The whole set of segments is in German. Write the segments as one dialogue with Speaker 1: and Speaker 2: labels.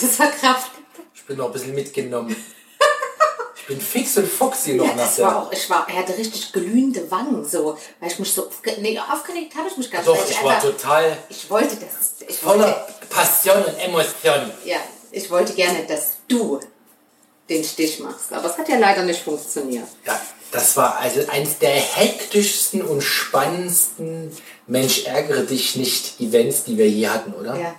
Speaker 1: dieser Kraft.
Speaker 2: Ich bin noch ein bisschen mitgenommen. Ich bin fix und foxy noch
Speaker 1: Ja,
Speaker 2: nach
Speaker 1: das
Speaker 2: der.
Speaker 1: war auch, ich war, er hatte richtig glühende Wangen, so, weil ich mich so aufge nee, aufgeregt habe ich mich gar nicht.
Speaker 2: Doch,
Speaker 1: weil
Speaker 2: ich war
Speaker 1: einfach-
Speaker 2: total
Speaker 1: ich wollte das, ich
Speaker 2: voller
Speaker 1: wollte,
Speaker 2: Passion und Emotion.
Speaker 1: ja, ich wollte gerne, dass du den Stich machst, aber es hat ja leider nicht funktioniert.
Speaker 2: Ja, das war also eins der hektischsten und spannendsten Mensch ärgere dich nicht Events, die wir je hatten, oder?
Speaker 1: Ja.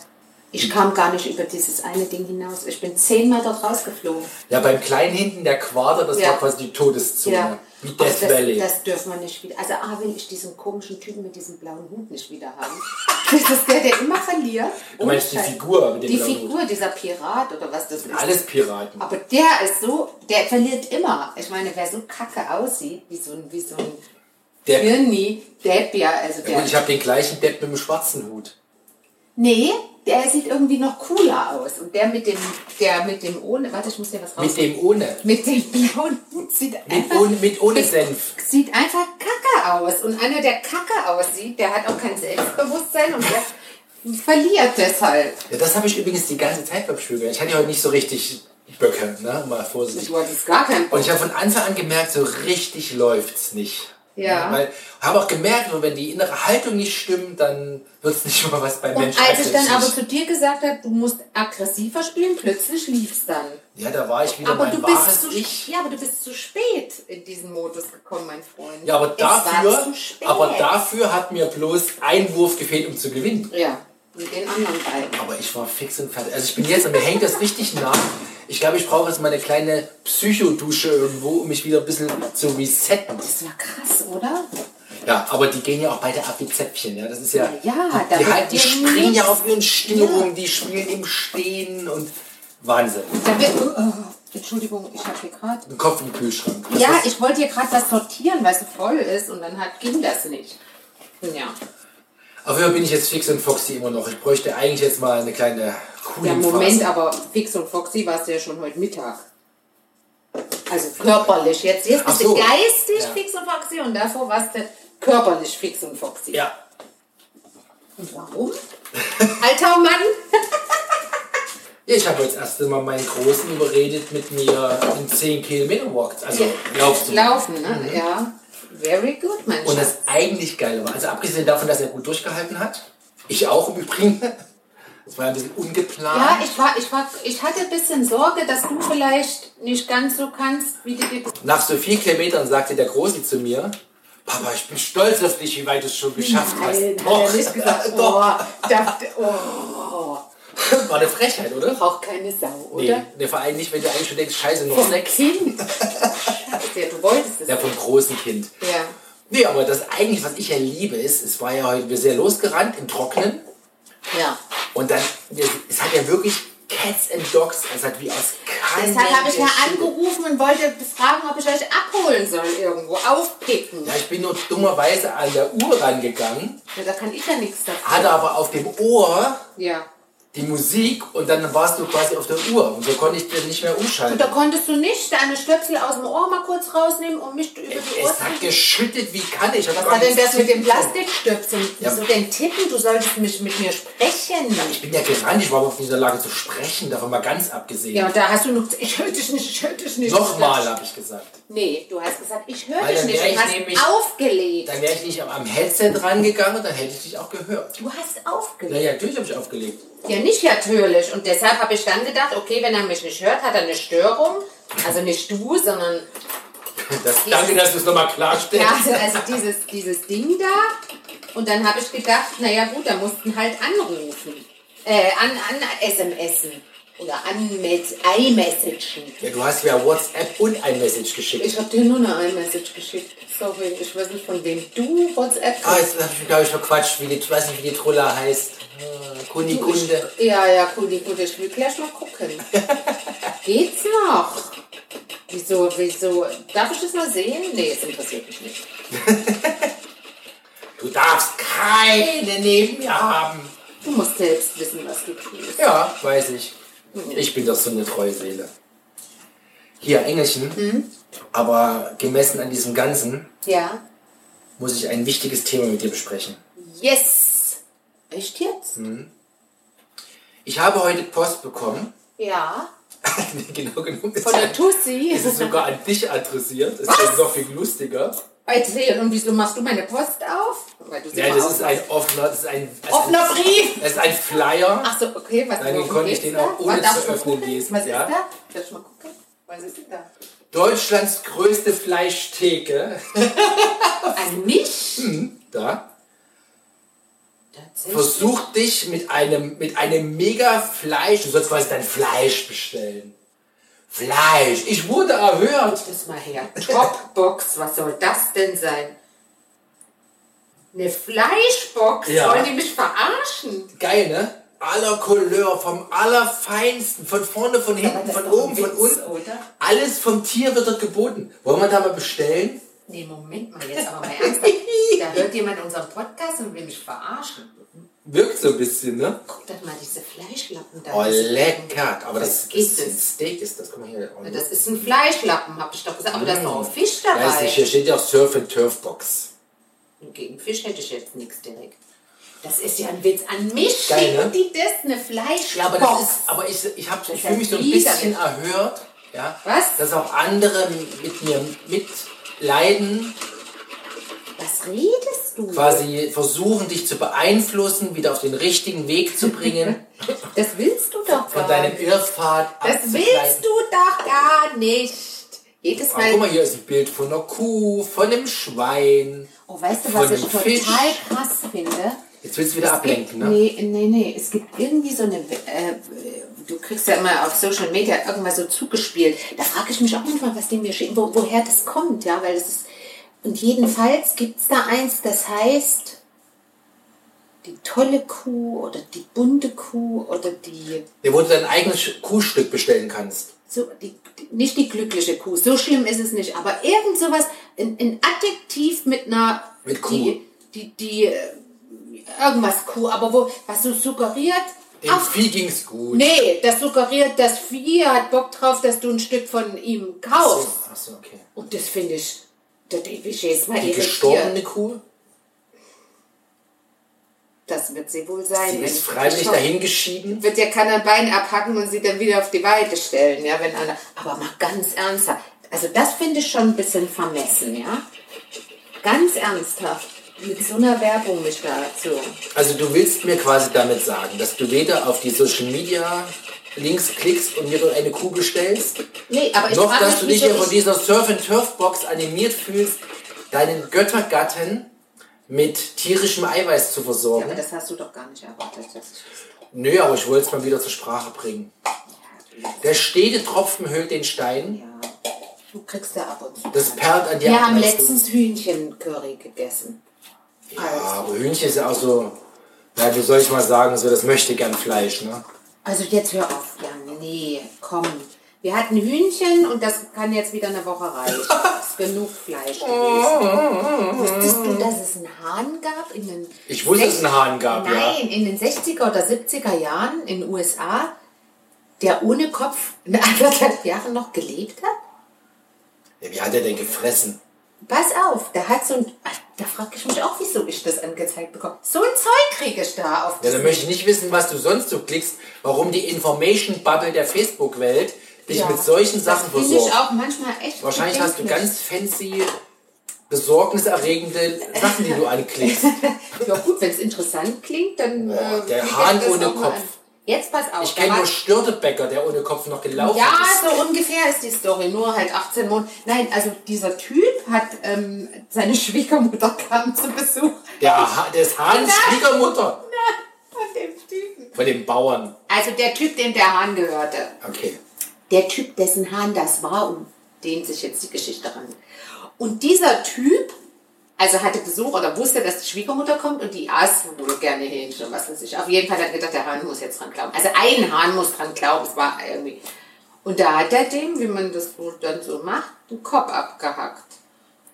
Speaker 1: Ich kam gar nicht über dieses eine Ding hinaus. Ich bin zehnmal dort rausgeflogen.
Speaker 2: Ja, beim kleinen hinten der Quader, das
Speaker 1: Ja.
Speaker 2: war quasi die Todeszone.
Speaker 1: Ja.
Speaker 2: Wie Death
Speaker 1: Aber Genau. Also das,
Speaker 2: Valley.
Speaker 1: das dürfen wir nicht wieder. Also A will ich diesen komischen Typen mit diesem blauen Hut nicht wieder haben. das ist der, der immer verliert.
Speaker 2: Du meinst die Figur mit dem
Speaker 1: Die
Speaker 2: blauen Hut?
Speaker 1: Figur, dieser Pirat oder was das ist.
Speaker 2: Alles Piraten.
Speaker 1: Aber der ist so, der verliert immer. Ich meine, wer so kacke aussieht, wie so ein, wie so ein
Speaker 2: Der, ja,
Speaker 1: Birni, Depp ja, also der.
Speaker 2: gut, ich habe den gleichen Depp mit dem schwarzen Hut.
Speaker 1: nee, der sieht irgendwie noch cooler aus. Und der mit dem, der mit dem ohne, warte, ich muss dir was raus.
Speaker 2: Mit dem ohne.
Speaker 1: Mit dem blauen Hut sieht
Speaker 2: Mit,
Speaker 1: einfach,
Speaker 2: ohne, mit ohne Senf.
Speaker 1: sieht einfach kacke aus. Und einer, der kacke aussieht, der hat auch kein Selbstbewusstsein und der verliert deshalb.
Speaker 2: Ja, das habe ich übrigens die ganze Zeit beim Schwimmen. Ich hatte heute nicht so richtig Böcke, ne? Mal vorsichtig.
Speaker 1: Du hattest gar keinen
Speaker 2: Und ich habe von Anfang an gemerkt, so richtig läuft's nicht.
Speaker 1: Ja.
Speaker 2: Weil habe auch gemerkt, so, wenn die innere Haltung nicht stimmt, dann wird's nicht mal was beim
Speaker 1: Und
Speaker 2: Menschen.
Speaker 1: als ich dann
Speaker 2: aggressiv.
Speaker 1: aber zu dir gesagt habe, du musst aggressiver spielen, plötzlich lief's dann.
Speaker 2: ja, da war ich wieder
Speaker 1: Aber
Speaker 2: mein
Speaker 1: du
Speaker 2: wahres
Speaker 1: bist, zu,
Speaker 2: Ich.
Speaker 1: ja, aber du bist zu spät in diesen Modus gekommen, mein Freund.
Speaker 2: Ja, aber
Speaker 1: es war
Speaker 2: dafür,
Speaker 1: zu spät.
Speaker 2: aber dafür hat mir bloß ein Wurf gefehlt, um zu gewinnen.
Speaker 1: Ja, mit den anderen beiden.
Speaker 2: Aber ich war fix und fertig. Also ich bin jetzt, und mir hängt das richtig nach. Ich glaube, ich brauche jetzt mal eine kleine Psychodusche irgendwo, um mich wieder ein bisschen zu resetten.
Speaker 1: Das war krass, oder?
Speaker 2: Ja, aber die gehen ja auch beide ab wie Zäpfchen, ja. Das ist ja.
Speaker 1: Ja,
Speaker 2: die,
Speaker 1: damit
Speaker 2: die, halt, die
Speaker 1: ihr
Speaker 2: springen ja
Speaker 1: nichts-
Speaker 2: auf ihren Schnürungen, die spielen im Stehen und Wahnsinn.
Speaker 1: Da wird, oh, Entschuldigung, ich habe hier gerade...
Speaker 2: Ein Kopf im Kühlschrank. Das
Speaker 1: Ja,
Speaker 2: ist-
Speaker 1: ich wollte hier gerade was sortieren, weil es so voll ist und dann hat, ging das nicht. Ja,
Speaker 2: Auf jeden Fall bin ich jetzt fix und foxy immer noch. Ich bräuchte eigentlich jetzt mal eine kleine
Speaker 1: ja
Speaker 2: Kuhlimphase.
Speaker 1: Moment, aber Fix und Foxy warst du ja schon heute Mittag. Also körperlich, jetzt, jetzt
Speaker 2: Ach
Speaker 1: bist du
Speaker 2: so.
Speaker 1: geistig
Speaker 2: Ja.
Speaker 1: Fix und Foxy und davor warst du körperlich Fix und Foxy.
Speaker 2: Ja,
Speaker 1: Und warum? Alter Mann!
Speaker 2: Ich habe jetzt erst einmal meinen Großen überredet, mit mir einen 10 Kilometer Walk, also Lauf zu machen.
Speaker 1: Laufen, ne? Ja. Very good, mein
Speaker 2: Mhm. Und
Speaker 1: Schatz.
Speaker 2: das eigentlich Geile war, also abgesehen davon, dass er gut durchgehalten hat, ich auch im Übrigen, das war ein bisschen
Speaker 1: Ja,
Speaker 2: ungeplant.
Speaker 1: ich war, ich war, ich hatte ein bisschen Sorge, dass du vielleicht nicht ganz so kannst, wie du dir das
Speaker 2: Nach so vier Kilometern sagte der Große zu mir, Papa, ich bin stolz auf dich, wie weit du es schon geschafft hast.
Speaker 1: hat er nicht gesagt.
Speaker 2: Doch.
Speaker 1: Boah, dachte, oh,
Speaker 2: War eine Frechheit, oder?
Speaker 1: braucht keine Sau,
Speaker 2: Nee,
Speaker 1: oder?
Speaker 2: nee, vor allem nicht, wenn du eigentlich schon denkst, scheiße, noch
Speaker 1: Vom
Speaker 2: sechs.
Speaker 1: Kind. Scheiße, ja, du wolltest es.
Speaker 2: Ja, vom großen Kind.
Speaker 1: Ja.
Speaker 2: Nee, aber das eigentlich, was ich ja liebe, ist, es war ja heute, wir sind ja losgerannt im Trocknen.
Speaker 1: ja.
Speaker 2: Und dann, es hat ja wirklich Cats and Dogs, es hat wie aus keinem
Speaker 1: Deshalb habe ich ja
Speaker 2: der Schuhe-
Speaker 1: angerufen und wollte fragen, ob ich euch abholen soll irgendwo, aufpicken.
Speaker 2: Ja, ich bin nur dummerweise an der Uhr rangegangen,
Speaker 1: Ja, da kann ich ja nichts dafür.
Speaker 2: hatte aber auf dem Ohr
Speaker 1: Ja.
Speaker 2: die Musik und dann warst du quasi auf der Uhr und so konnte ich dann nicht mehr
Speaker 1: Und da
Speaker 2: umschalten.
Speaker 1: konntest du nicht deine Stöpsel aus dem Ohr mal kurz rausnehmen und mich über die Ohren.
Speaker 2: Es hat geschüttet, wie kann ich?
Speaker 1: Was war denn das mit dem Plastikstöpseln?
Speaker 2: Ja.
Speaker 1: Wieso denn tippen? Du solltest mich mit mir sprechen.
Speaker 2: Ich bin ja gerannt, ich war überhaupt nicht in der Lage zu sprechen, davon mal ganz abgesehen.
Speaker 1: Ja, und da hast du noch gesagt, ich höre dich nicht, ich höre dich nicht.
Speaker 2: Nochmal, habe ich gesagt.
Speaker 1: Nee, du hast gesagt, ich höre
Speaker 2: Weil
Speaker 1: dich
Speaker 2: dann
Speaker 1: nicht.
Speaker 2: wär
Speaker 1: Du
Speaker 2: ich
Speaker 1: hast
Speaker 2: nämlich-
Speaker 1: aufgelegt.
Speaker 2: Dann wäre ich nicht am- am Headset rangegangen und dann hätte ich dich auch gehört.
Speaker 1: Du hast aufgelegt.
Speaker 2: Naja, natürlich habe ich aufgelegt.
Speaker 1: Ja, nicht natürlich. Und deshalb habe ich dann gedacht, okay, wenn er mich nicht hört, hat er eine Störung. Also nicht du, sondern
Speaker 2: Das, danke, dass du es nochmal klarstellst.
Speaker 1: ja, also, also dieses, dieses Ding da. Und dann habe ich gedacht, naja gut, da mussten halt anrufen. Äh, an, an SMSen. Oder an mit iMessagen.
Speaker 2: Ja, du hast ja WhatsApp und ein Message geschickt.
Speaker 1: Ich habe dir nur eine iMessage geschickt. Sorry, ich weiß nicht, von wem du WhatsApp
Speaker 2: Ah, jetzt habe ich, glaube ich, verquatscht, wie die, ich weiß nicht, wie die Troller heißt. Äh, Kunigunde.
Speaker 1: Ja, ja, cool, die gute. Ich will gleich mal gucken. Geht's noch? Wieso, wieso? Darf ich das mal sehen? Nee, es interessiert mich nicht.
Speaker 2: Du darfst keine neben mir haben.
Speaker 1: Du musst selbst wissen, was du tust.
Speaker 2: Ja, weiß ich. Ich bin doch so eine treue Seele. Hier, Engelchen.
Speaker 1: Mhm.
Speaker 2: Aber gemessen an diesem Ganzen
Speaker 1: Ja?
Speaker 2: muss ich ein wichtiges Thema mit dir besprechen.
Speaker 1: Yes! Echt jetzt?
Speaker 2: Hm. Ich habe heute Post bekommen
Speaker 1: Ja.
Speaker 2: Nee, genau genommen ist,
Speaker 1: Von der Tussi.
Speaker 2: ist es sogar an dich adressiert. Ist ja noch viel lustiger.
Speaker 1: Erzähl, und wieso machst du meine Post auf? Weil du sie
Speaker 2: Ja,
Speaker 1: mal
Speaker 2: das ist
Speaker 1: auf-
Speaker 2: ein offener, das ist ein,
Speaker 1: Offener Brief!
Speaker 2: das ist ein Flyer.
Speaker 1: Ach so, okay, was
Speaker 2: Nein, den
Speaker 1: worum
Speaker 2: konnte ich
Speaker 1: geht's
Speaker 2: den
Speaker 1: da?
Speaker 2: auch ohne
Speaker 1: Was, darf
Speaker 2: zu
Speaker 1: ich mal
Speaker 2: öffnen
Speaker 1: gucken?
Speaker 2: lesen,
Speaker 1: Was
Speaker 2: ja.
Speaker 1: ist da? Darf ich mal gucken? Was ist denn da?
Speaker 2: Deutschlands größte Fleischtheke.
Speaker 1: An mich?
Speaker 2: Hm. Da.
Speaker 1: Tatsächlich.
Speaker 2: Versucht dich mit einem, mit einem mega Fleisch, du sollst quasi dein Fleisch bestellen. Fleisch, ich wurde erhört.
Speaker 1: Das mal her. Dropbox, was soll das denn sein? Eine Fleischbox?
Speaker 2: Ja.
Speaker 1: Wollen die mich verarschen?
Speaker 2: Geil, ne? Aller Couleur, vom allerfeinsten, von vorne, von hinten,
Speaker 1: das
Speaker 2: von
Speaker 1: ist doch ein
Speaker 2: oben, von
Speaker 1: Witz,
Speaker 2: unten.
Speaker 1: oder?
Speaker 2: Alles vom Tier wird dort geboten. Wollen wir da mal bestellen?
Speaker 1: Nee, Moment mal, jetzt aber mal ernsthaft. da hört jemand unseren Podcast und will mich verarschen.
Speaker 2: Wirkt so ein bisschen, ne?
Speaker 1: Guck doch mal, diese Fleischlappen da.
Speaker 2: Oh, lecker. Aber das, das
Speaker 1: Vergiss
Speaker 2: ist ein
Speaker 1: es.
Speaker 2: Steak, ist das. Guck mal hier. Oh,
Speaker 1: Das ist ein Fleischlappen, hab ich doch gesagt. Aber da ist noch ein Fisch dabei.
Speaker 2: Hm. Weiß nicht, hier steht ja auch Surf and Turf Box.
Speaker 1: Gegen Fisch hätte ich jetzt nichts direkt. Das ist ja ein Witz an mich.
Speaker 2: Geil,
Speaker 1: schicken
Speaker 2: ne?
Speaker 1: die das eine Fleischbox?
Speaker 2: Ja, aber, das ist, aber ich, ich, hab- ich
Speaker 1: ist
Speaker 2: fühle mich so ein
Speaker 1: widerlich.
Speaker 2: bisschen erhört, ja,
Speaker 1: Was?
Speaker 2: dass auch andere mit mir mitleiden,
Speaker 1: Was redest du?
Speaker 2: quasi versuchen, dich zu beeinflussen, wieder auf den richtigen Weg zu bringen,
Speaker 1: Das willst du doch
Speaker 2: von
Speaker 1: gar
Speaker 2: deinem
Speaker 1: nicht.
Speaker 2: Irrpfad
Speaker 1: Das willst du doch gar nicht. Jedes
Speaker 2: Ah, guck
Speaker 1: Mal.
Speaker 2: mal, hier ist ein Bild von einer Kuh, von einem Schwein.
Speaker 1: Oh, weißt du,
Speaker 2: von
Speaker 1: was ich
Speaker 2: dem
Speaker 1: total
Speaker 2: Fisch.
Speaker 1: krass finde?
Speaker 2: Jetzt willst du wieder
Speaker 1: Es gibt-
Speaker 2: ablenken, ne?
Speaker 1: Nee, nee, nee. Es gibt irgendwie so eine. Äh, du kriegst ja immer auf Social Media irgendwas so zugespielt. Da frage ich mich auch manchmal, was die mir schicken, wo, woher das kommt, ja, weil das ist. Und jedenfalls gibt es da eins, das heißt die tolle Kuh oder die bunte Kuh oder die.
Speaker 2: Nee, wo du dein eigenes Sch- Kuhstück bestellen kannst.
Speaker 1: So, die, die- nicht die glückliche Kuh, so schlimm ist es nicht, aber irgend sowas, ein, ein Adjektiv mit einer...
Speaker 2: Mit Kuh.
Speaker 1: Die, die, die, äh, irgendwas Kuh, aber wo, was so suggeriert...
Speaker 2: Dem
Speaker 1: Ach,
Speaker 2: Vieh ging's gut.
Speaker 1: nee, das suggeriert, das Vieh hat Bock drauf, dass du ein Stück von ihm
Speaker 2: Ach
Speaker 1: kaufst.
Speaker 2: so, ach so, okay.
Speaker 1: Und das finde ich, das bin ich jetzt mal
Speaker 2: Die
Speaker 1: irritiert.
Speaker 2: gestorbene Kuh?
Speaker 1: Das wird sie wohl sein.
Speaker 2: Die
Speaker 1: wenn
Speaker 2: ist
Speaker 1: ich
Speaker 2: freiwillig
Speaker 1: gestorben-
Speaker 2: dahingeschieden.
Speaker 1: wird ja keiner Bein abhacken und sie dann wieder auf die Weide stellen, ja, wenn einer. Aber mal ganz ernsthaft. Also das finde ich schon ein bisschen vermessen, ja. Ganz ernsthaft. Mit so einer Werbung mich dazu.
Speaker 2: Also du willst mir quasi damit sagen, dass du weder auf die Social Media Links klickst und mir dort eine Kuh bestellst,
Speaker 1: Nee, aber ich
Speaker 2: noch
Speaker 1: frage
Speaker 2: dass du dich
Speaker 1: wieso
Speaker 2: hier von
Speaker 1: ich-
Speaker 2: dieser Surf and Turf Box animiert fühlst, deinen Göttergatten mit tierischem Eiweiß zu
Speaker 1: Ja,
Speaker 2: versorgen.
Speaker 1: aber das hast du doch gar nicht erwartet. dass ich-
Speaker 2: Nö, aber ich wollte es mal wieder zur Sprache bringen. Der stete Tropfen höhlt den Stein,
Speaker 1: Ja, du kriegst ja ab und zu.
Speaker 2: das perlt an dir
Speaker 1: Wir
Speaker 2: ab,
Speaker 1: haben
Speaker 2: weißt du.
Speaker 1: letztens Hühnchencurry gegessen. Ah,
Speaker 2: Ja, aber Hühnchen ist ja auch so, na, wie soll ich mal sagen, so das möchte gern Fleisch, ne?
Speaker 1: Also jetzt hör auf, Jan. Nee, komm. Wir hatten Hühnchen und das kann jetzt wieder eine Woche reichen. ist genug Fleisch gewesen. Wusstest du, dass es einen Hahn gab? In den
Speaker 2: Ich wusste, dass es einen Hahn gab, ja.
Speaker 1: Nein, in den 60er oder 70er Jahren in den USA, der ohne Kopf eine anderthalb Jahre noch gelebt hat?
Speaker 2: Ja, wie hat er denn gefressen?
Speaker 1: Pass auf, da hat so ein... Ach, Da frage ich mich auch, wieso ich das angezeigt bekomme. So ein Zeug kriege ich da auf
Speaker 2: Ja,
Speaker 1: diesen-
Speaker 2: dann möchte ich nicht wissen, was du sonst so klickst, warum die Information Bubble der Facebook-Welt dich
Speaker 1: Ja,
Speaker 2: mit solchen
Speaker 1: Das
Speaker 2: Sachen
Speaker 1: finde ich
Speaker 2: versorgt.
Speaker 1: auch manchmal echt
Speaker 2: Wahrscheinlich hast du
Speaker 1: bedenklich.
Speaker 2: ganz fancy, besorgniserregende Sachen, die du anklickst.
Speaker 1: Ja gut, wenn es interessant klingt, dann...
Speaker 2: Boah,
Speaker 1: äh,
Speaker 2: der
Speaker 1: geht
Speaker 2: Hahn
Speaker 1: das
Speaker 2: ohne
Speaker 1: auch mal
Speaker 2: Kopf.
Speaker 1: an. Jetzt pass auf.
Speaker 2: Ich
Speaker 1: da
Speaker 2: kenne
Speaker 1: war-
Speaker 2: nur Störtebäcker, der ohne Kopf noch gelaufen
Speaker 1: ja, also
Speaker 2: ist.
Speaker 1: so ungefähr ist die Story, nur halt 18 Monate. Nein, also dieser Typ hat, ähm, seine Schwiegermutter kam zu Besuch
Speaker 2: Der, Ha- des Hahns
Speaker 1: Genau.
Speaker 2: Schwiegermutter.
Speaker 1: von dem Typen.
Speaker 2: Von dem Bauern.
Speaker 1: Also der Typ, dem der Hahn gehörte.
Speaker 2: Okay.
Speaker 1: Der Typ, dessen Hahn das war, um den sich jetzt die Geschichte handelt. Und dieser Typ, also hatte Besuch oder wusste, dass die Schwiegermutter kommt und die aß wohl gerne Hähnchen und was weiß ich. Auf jeden Fall hat er gedacht, der Hahn muss jetzt dran glauben. Also ein Hahn muss dran glauben, es war irgendwie. Und da hat er dem, wie man das wohl dann so macht, den Kopf abgehackt.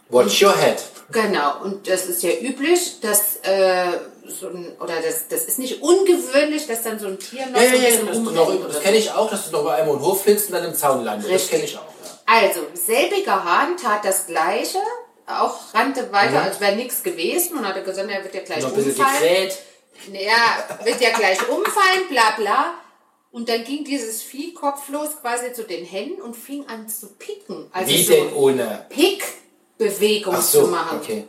Speaker 2: Watch your head.
Speaker 1: Genau, und das ist ja üblich, dass äh, so ein, oder das, das ist nicht ungewöhnlich, dass dann so ein Tier noch
Speaker 2: Ja,
Speaker 1: so ein
Speaker 2: ja, ja,
Speaker 1: bisschen
Speaker 2: das,
Speaker 1: rumrennt
Speaker 2: noch-
Speaker 1: oder
Speaker 2: das
Speaker 1: so.
Speaker 2: kenne ich auch, dass du noch bei einem in den Hof flitzt und dann im Zaun landest. Das
Speaker 1: Richtig.
Speaker 2: kenne ich auch. Ja.
Speaker 1: Also, selbiger Hahn tat das Gleiche, auch rannte weiter,
Speaker 2: Mhm.
Speaker 1: als wäre nichts gewesen und hatte gesagt, er wird ja gleich
Speaker 2: Noch ein bisschen
Speaker 1: umfallen.
Speaker 2: gekräht.
Speaker 1: Ja, wird ja gleich umfallen, bla bla. Und dann ging dieses Vieh kopflos quasi zu den Händen und fing an zu picken. Also
Speaker 2: Wie
Speaker 1: so
Speaker 2: denn ohne?
Speaker 1: Pickbewegung
Speaker 2: Ach so,
Speaker 1: zu machen.
Speaker 2: okay.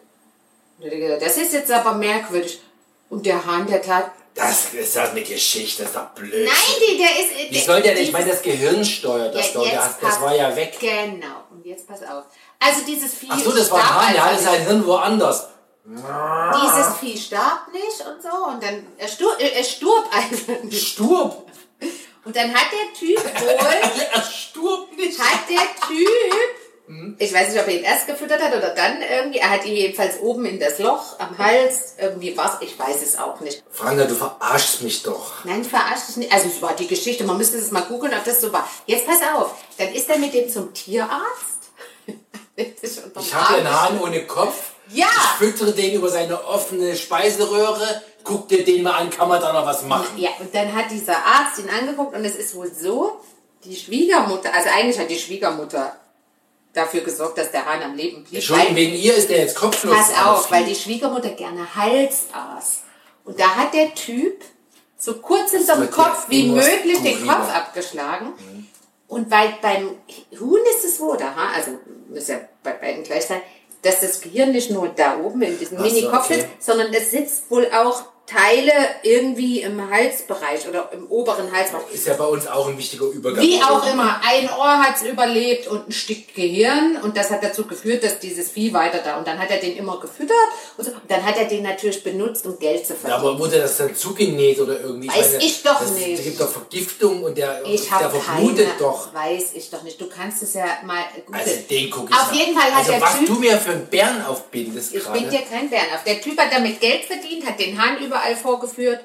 Speaker 1: Und dann hab ich gedacht, Das ist jetzt aber merkwürdig. Und der Hahn, der tat.
Speaker 2: Das ist doch eine Geschichte, das ist doch blöd.
Speaker 1: Nein, die, der ist.
Speaker 2: Wie soll der denn? Ich meine, das Gehirn steuert das
Speaker 1: Ja,
Speaker 2: doch.
Speaker 1: jetzt
Speaker 2: Der hat, das
Speaker 1: pass-
Speaker 2: war ja weg.
Speaker 1: Genau, und jetzt pass auf. Also dieses Vieh
Speaker 2: Ach so, das war ein
Speaker 1: starb
Speaker 2: Hahn, der hatte
Speaker 1: einfach
Speaker 2: sein Hirn woanders.
Speaker 1: nicht. Dieses Vieh starb nicht und so und dann, er stur- äh, er sturb einfach nicht.
Speaker 2: Sturb.
Speaker 1: Und dann hat der Typ wohl,
Speaker 2: Er sturb nicht.
Speaker 1: hat der Typ, ich weiß nicht, ob er ihn erst gefüttert hat oder dann irgendwie, er hat ihn jedenfalls oben in das Loch am Hals, irgendwie was, ich weiß es auch nicht.
Speaker 2: Franka, du verarschst mich doch.
Speaker 1: Nein, verarscht dich nicht. Also es war die Geschichte, man müsste es mal googeln, ob das so war. Jetzt pass auf, dann ist er mit dem zum Tierarzt.
Speaker 2: Ich habe einen Hahn ohne Kopf.
Speaker 1: Ja.
Speaker 2: Ich füttere den über seine offene Speiseröhre. Guck dir den mal an, kann man da noch was machen?
Speaker 1: Ja, und dann hat dieser Arzt ihn angeguckt und es ist wohl so, die Schwiegermutter, also eigentlich hat die Schwiegermutter dafür gesorgt, dass der Hahn am Leben blieb.
Speaker 2: Entschuldigung, wegen ihr ist der jetzt kopflos.
Speaker 1: Pass
Speaker 2: aber
Speaker 1: auf,
Speaker 2: viel.
Speaker 1: weil die Schwiegermutter gerne Hals aß. Und da hat der Typ so kurz hinterm
Speaker 2: wird
Speaker 1: Kopf
Speaker 2: jetzt
Speaker 1: wie
Speaker 2: irgendwas
Speaker 1: möglich den
Speaker 2: skurriler.
Speaker 1: Kopf abgeschlagen.
Speaker 2: Mhm.
Speaker 1: Und weil beim Huhn ist es so, da, ha? also muss ja bei beiden gleich sein, dass das Gehirn nicht nur da oben in diesem
Speaker 2: Ach so,
Speaker 1: Mini-Kopf
Speaker 2: okay.
Speaker 1: sitzt, sondern es sitzt wohl auch Teile irgendwie im Halsbereich oder im oberen Halsbereich.
Speaker 2: Ist ja bei uns auch ein wichtiger Übergang.
Speaker 1: Wie auch immer, ein Ohr hat's überlebt und ein Stück Gehirn und das hat dazu geführt, dass dieses Vieh weiter da und dann hat er den immer gefüttert und so. Und dann hat er den natürlich benutzt, um Geld zu verdienen.
Speaker 2: Aber wurde das dann zugenäht oder irgendwie?
Speaker 1: Weiß ich doch
Speaker 2: das,
Speaker 1: nicht.
Speaker 2: Es gibt doch Vergiftung und der,
Speaker 1: ich
Speaker 2: der
Speaker 1: habe
Speaker 2: verblutet
Speaker 1: keine,
Speaker 2: doch.
Speaker 1: weiß ich doch nicht. Du kannst es ja mal googeln.
Speaker 2: Also den gucke ich
Speaker 1: Auf
Speaker 2: nach.
Speaker 1: jeden Fall hat
Speaker 2: also,
Speaker 1: der
Speaker 2: was
Speaker 1: Typ,
Speaker 2: du mir für einen Bären aufbindest
Speaker 1: ich
Speaker 2: gerade.
Speaker 1: bin dir kein Bären auf. Der Typ hat damit Geld verdient, hat den Hahn überall vorgeführt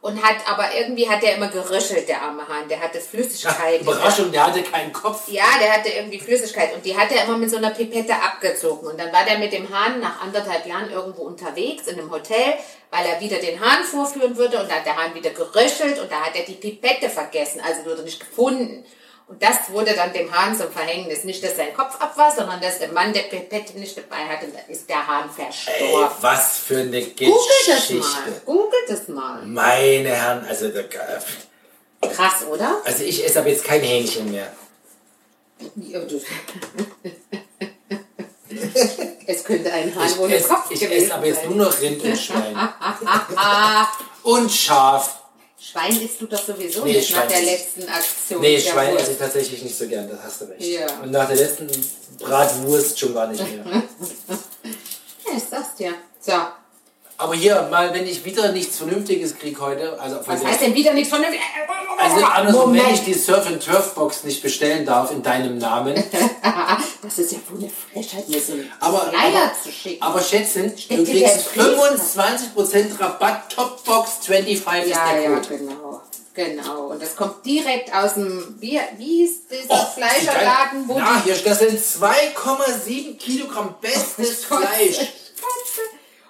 Speaker 1: und hat aber irgendwie hat er immer geröchelt, der arme Hahn. Der hatte Flüssigkeit.
Speaker 2: Überraschung, der hatte keinen Kopf.
Speaker 1: Ja, der hatte irgendwie Flüssigkeit und die hat er immer mit so einer Pipette abgezogen. Und dann war der mit dem Hahn nach anderthalb Jahren irgendwo unterwegs in einem Hotel, weil er wieder den Hahn vorführen würde und da hat der Hahn wieder geröchelt und da hat er die Pipette vergessen, also wurde nicht gefunden. Und das wurde dann dem Hahn zum Verhängnis. Nicht, dass sein Kopf ab war, sondern dass der Mann der Pipette nicht dabei hatte. Da ist der Hahn
Speaker 2: Ey,
Speaker 1: verstorben.
Speaker 2: was für eine Geschichte.
Speaker 1: Google das mal. Google das mal.
Speaker 2: Meine Herren, also, da-
Speaker 1: Krass, oder?
Speaker 2: also ich esse ab jetzt kein Hähnchen mehr.
Speaker 1: Ja, du- Es könnte ein Hahn
Speaker 2: Ich
Speaker 1: ohne
Speaker 2: esse,
Speaker 1: Kopf
Speaker 2: ich
Speaker 1: gewesen
Speaker 2: esse aber jetzt
Speaker 1: sein.
Speaker 2: nur noch Rind und Schwein. und Schaf.
Speaker 1: Schwein isst du doch sowieso
Speaker 2: Nee,
Speaker 1: nicht nach
Speaker 2: Schwein
Speaker 1: der
Speaker 2: nicht.
Speaker 1: letzten Aktion.
Speaker 2: Nee,
Speaker 1: Ja,
Speaker 2: Schwein
Speaker 1: wohl.
Speaker 2: esse ich tatsächlich nicht so gern, das hast du recht.
Speaker 1: Ja.
Speaker 2: Und nach der letzten Bratwurst schon gar nicht mehr.
Speaker 1: Ja, ich sag's dir. So.
Speaker 2: Aber hier, mal, wenn ich wieder nichts Vernünftiges kriege heute, also von
Speaker 1: Was
Speaker 2: der-
Speaker 1: heißt denn wieder nichts von dem...
Speaker 2: also andersrum, wenn ich
Speaker 1: Moment.
Speaker 2: die Surf and Turf Box nicht bestellen darf in deinem Namen,
Speaker 1: Das ist ja wohl eine Frechheit, mir so einen
Speaker 2: aber,
Speaker 1: Flyer
Speaker 2: aber,
Speaker 1: zu schicken.
Speaker 2: aber schätzen,
Speaker 1: Bitte,
Speaker 2: du kriegst
Speaker 1: der Priester.
Speaker 2: 25% Rabatt, Topbox 25
Speaker 1: ja,
Speaker 2: ist der
Speaker 1: ja,
Speaker 2: Code.
Speaker 1: genau. Genau. Und das kommt direkt aus dem... Wie, wie ist dieser
Speaker 2: Oh,
Speaker 1: Fleischerladen, wo
Speaker 2: geil. Na, hier, das sind 2,7 Kilogramm bestes
Speaker 1: Kotze.
Speaker 2: Fleisch.
Speaker 1: die...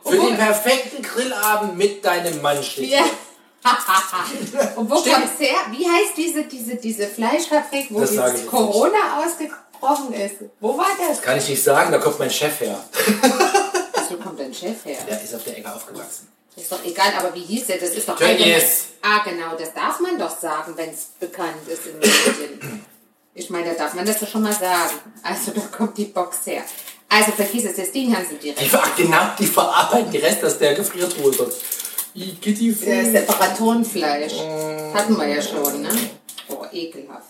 Speaker 2: Für den perfekten Grillabend mit deinem Mann steht.
Speaker 1: Ja. Und wo kommt's her? Wie heißt diese, diese, diese Fleischfabrik, wo
Speaker 2: Das sage ich
Speaker 1: dieses
Speaker 2: jetzt
Speaker 1: Corona ausgebrochen ist? Wo war das?
Speaker 2: Kann ich nicht sagen, da kommt mein Chef her.
Speaker 1: Wo kommt dein Chef her?
Speaker 2: Der ist auf der Ecke aufgewachsen.
Speaker 1: Ist doch egal, aber wie hieß der? Das ist doch
Speaker 2: Tönnies.
Speaker 1: allgemein- Ah, genau, das darf man doch sagen, wenn es bekannt ist in Medien. Ich meine, da darf man das doch schon mal sagen. Also, da kommt die Box her. Also, vergiss es, das Ding haben sie
Speaker 2: Die,
Speaker 1: direkt.
Speaker 2: ver genau, die verarbeiten die Rest aus der Gefriertruhe dort. Ich geh die Fu-
Speaker 1: Das Äh, Separatorenfleisch.
Speaker 2: Hm.
Speaker 1: Hatten wir ja schon, ne? Boah, ekelhaft.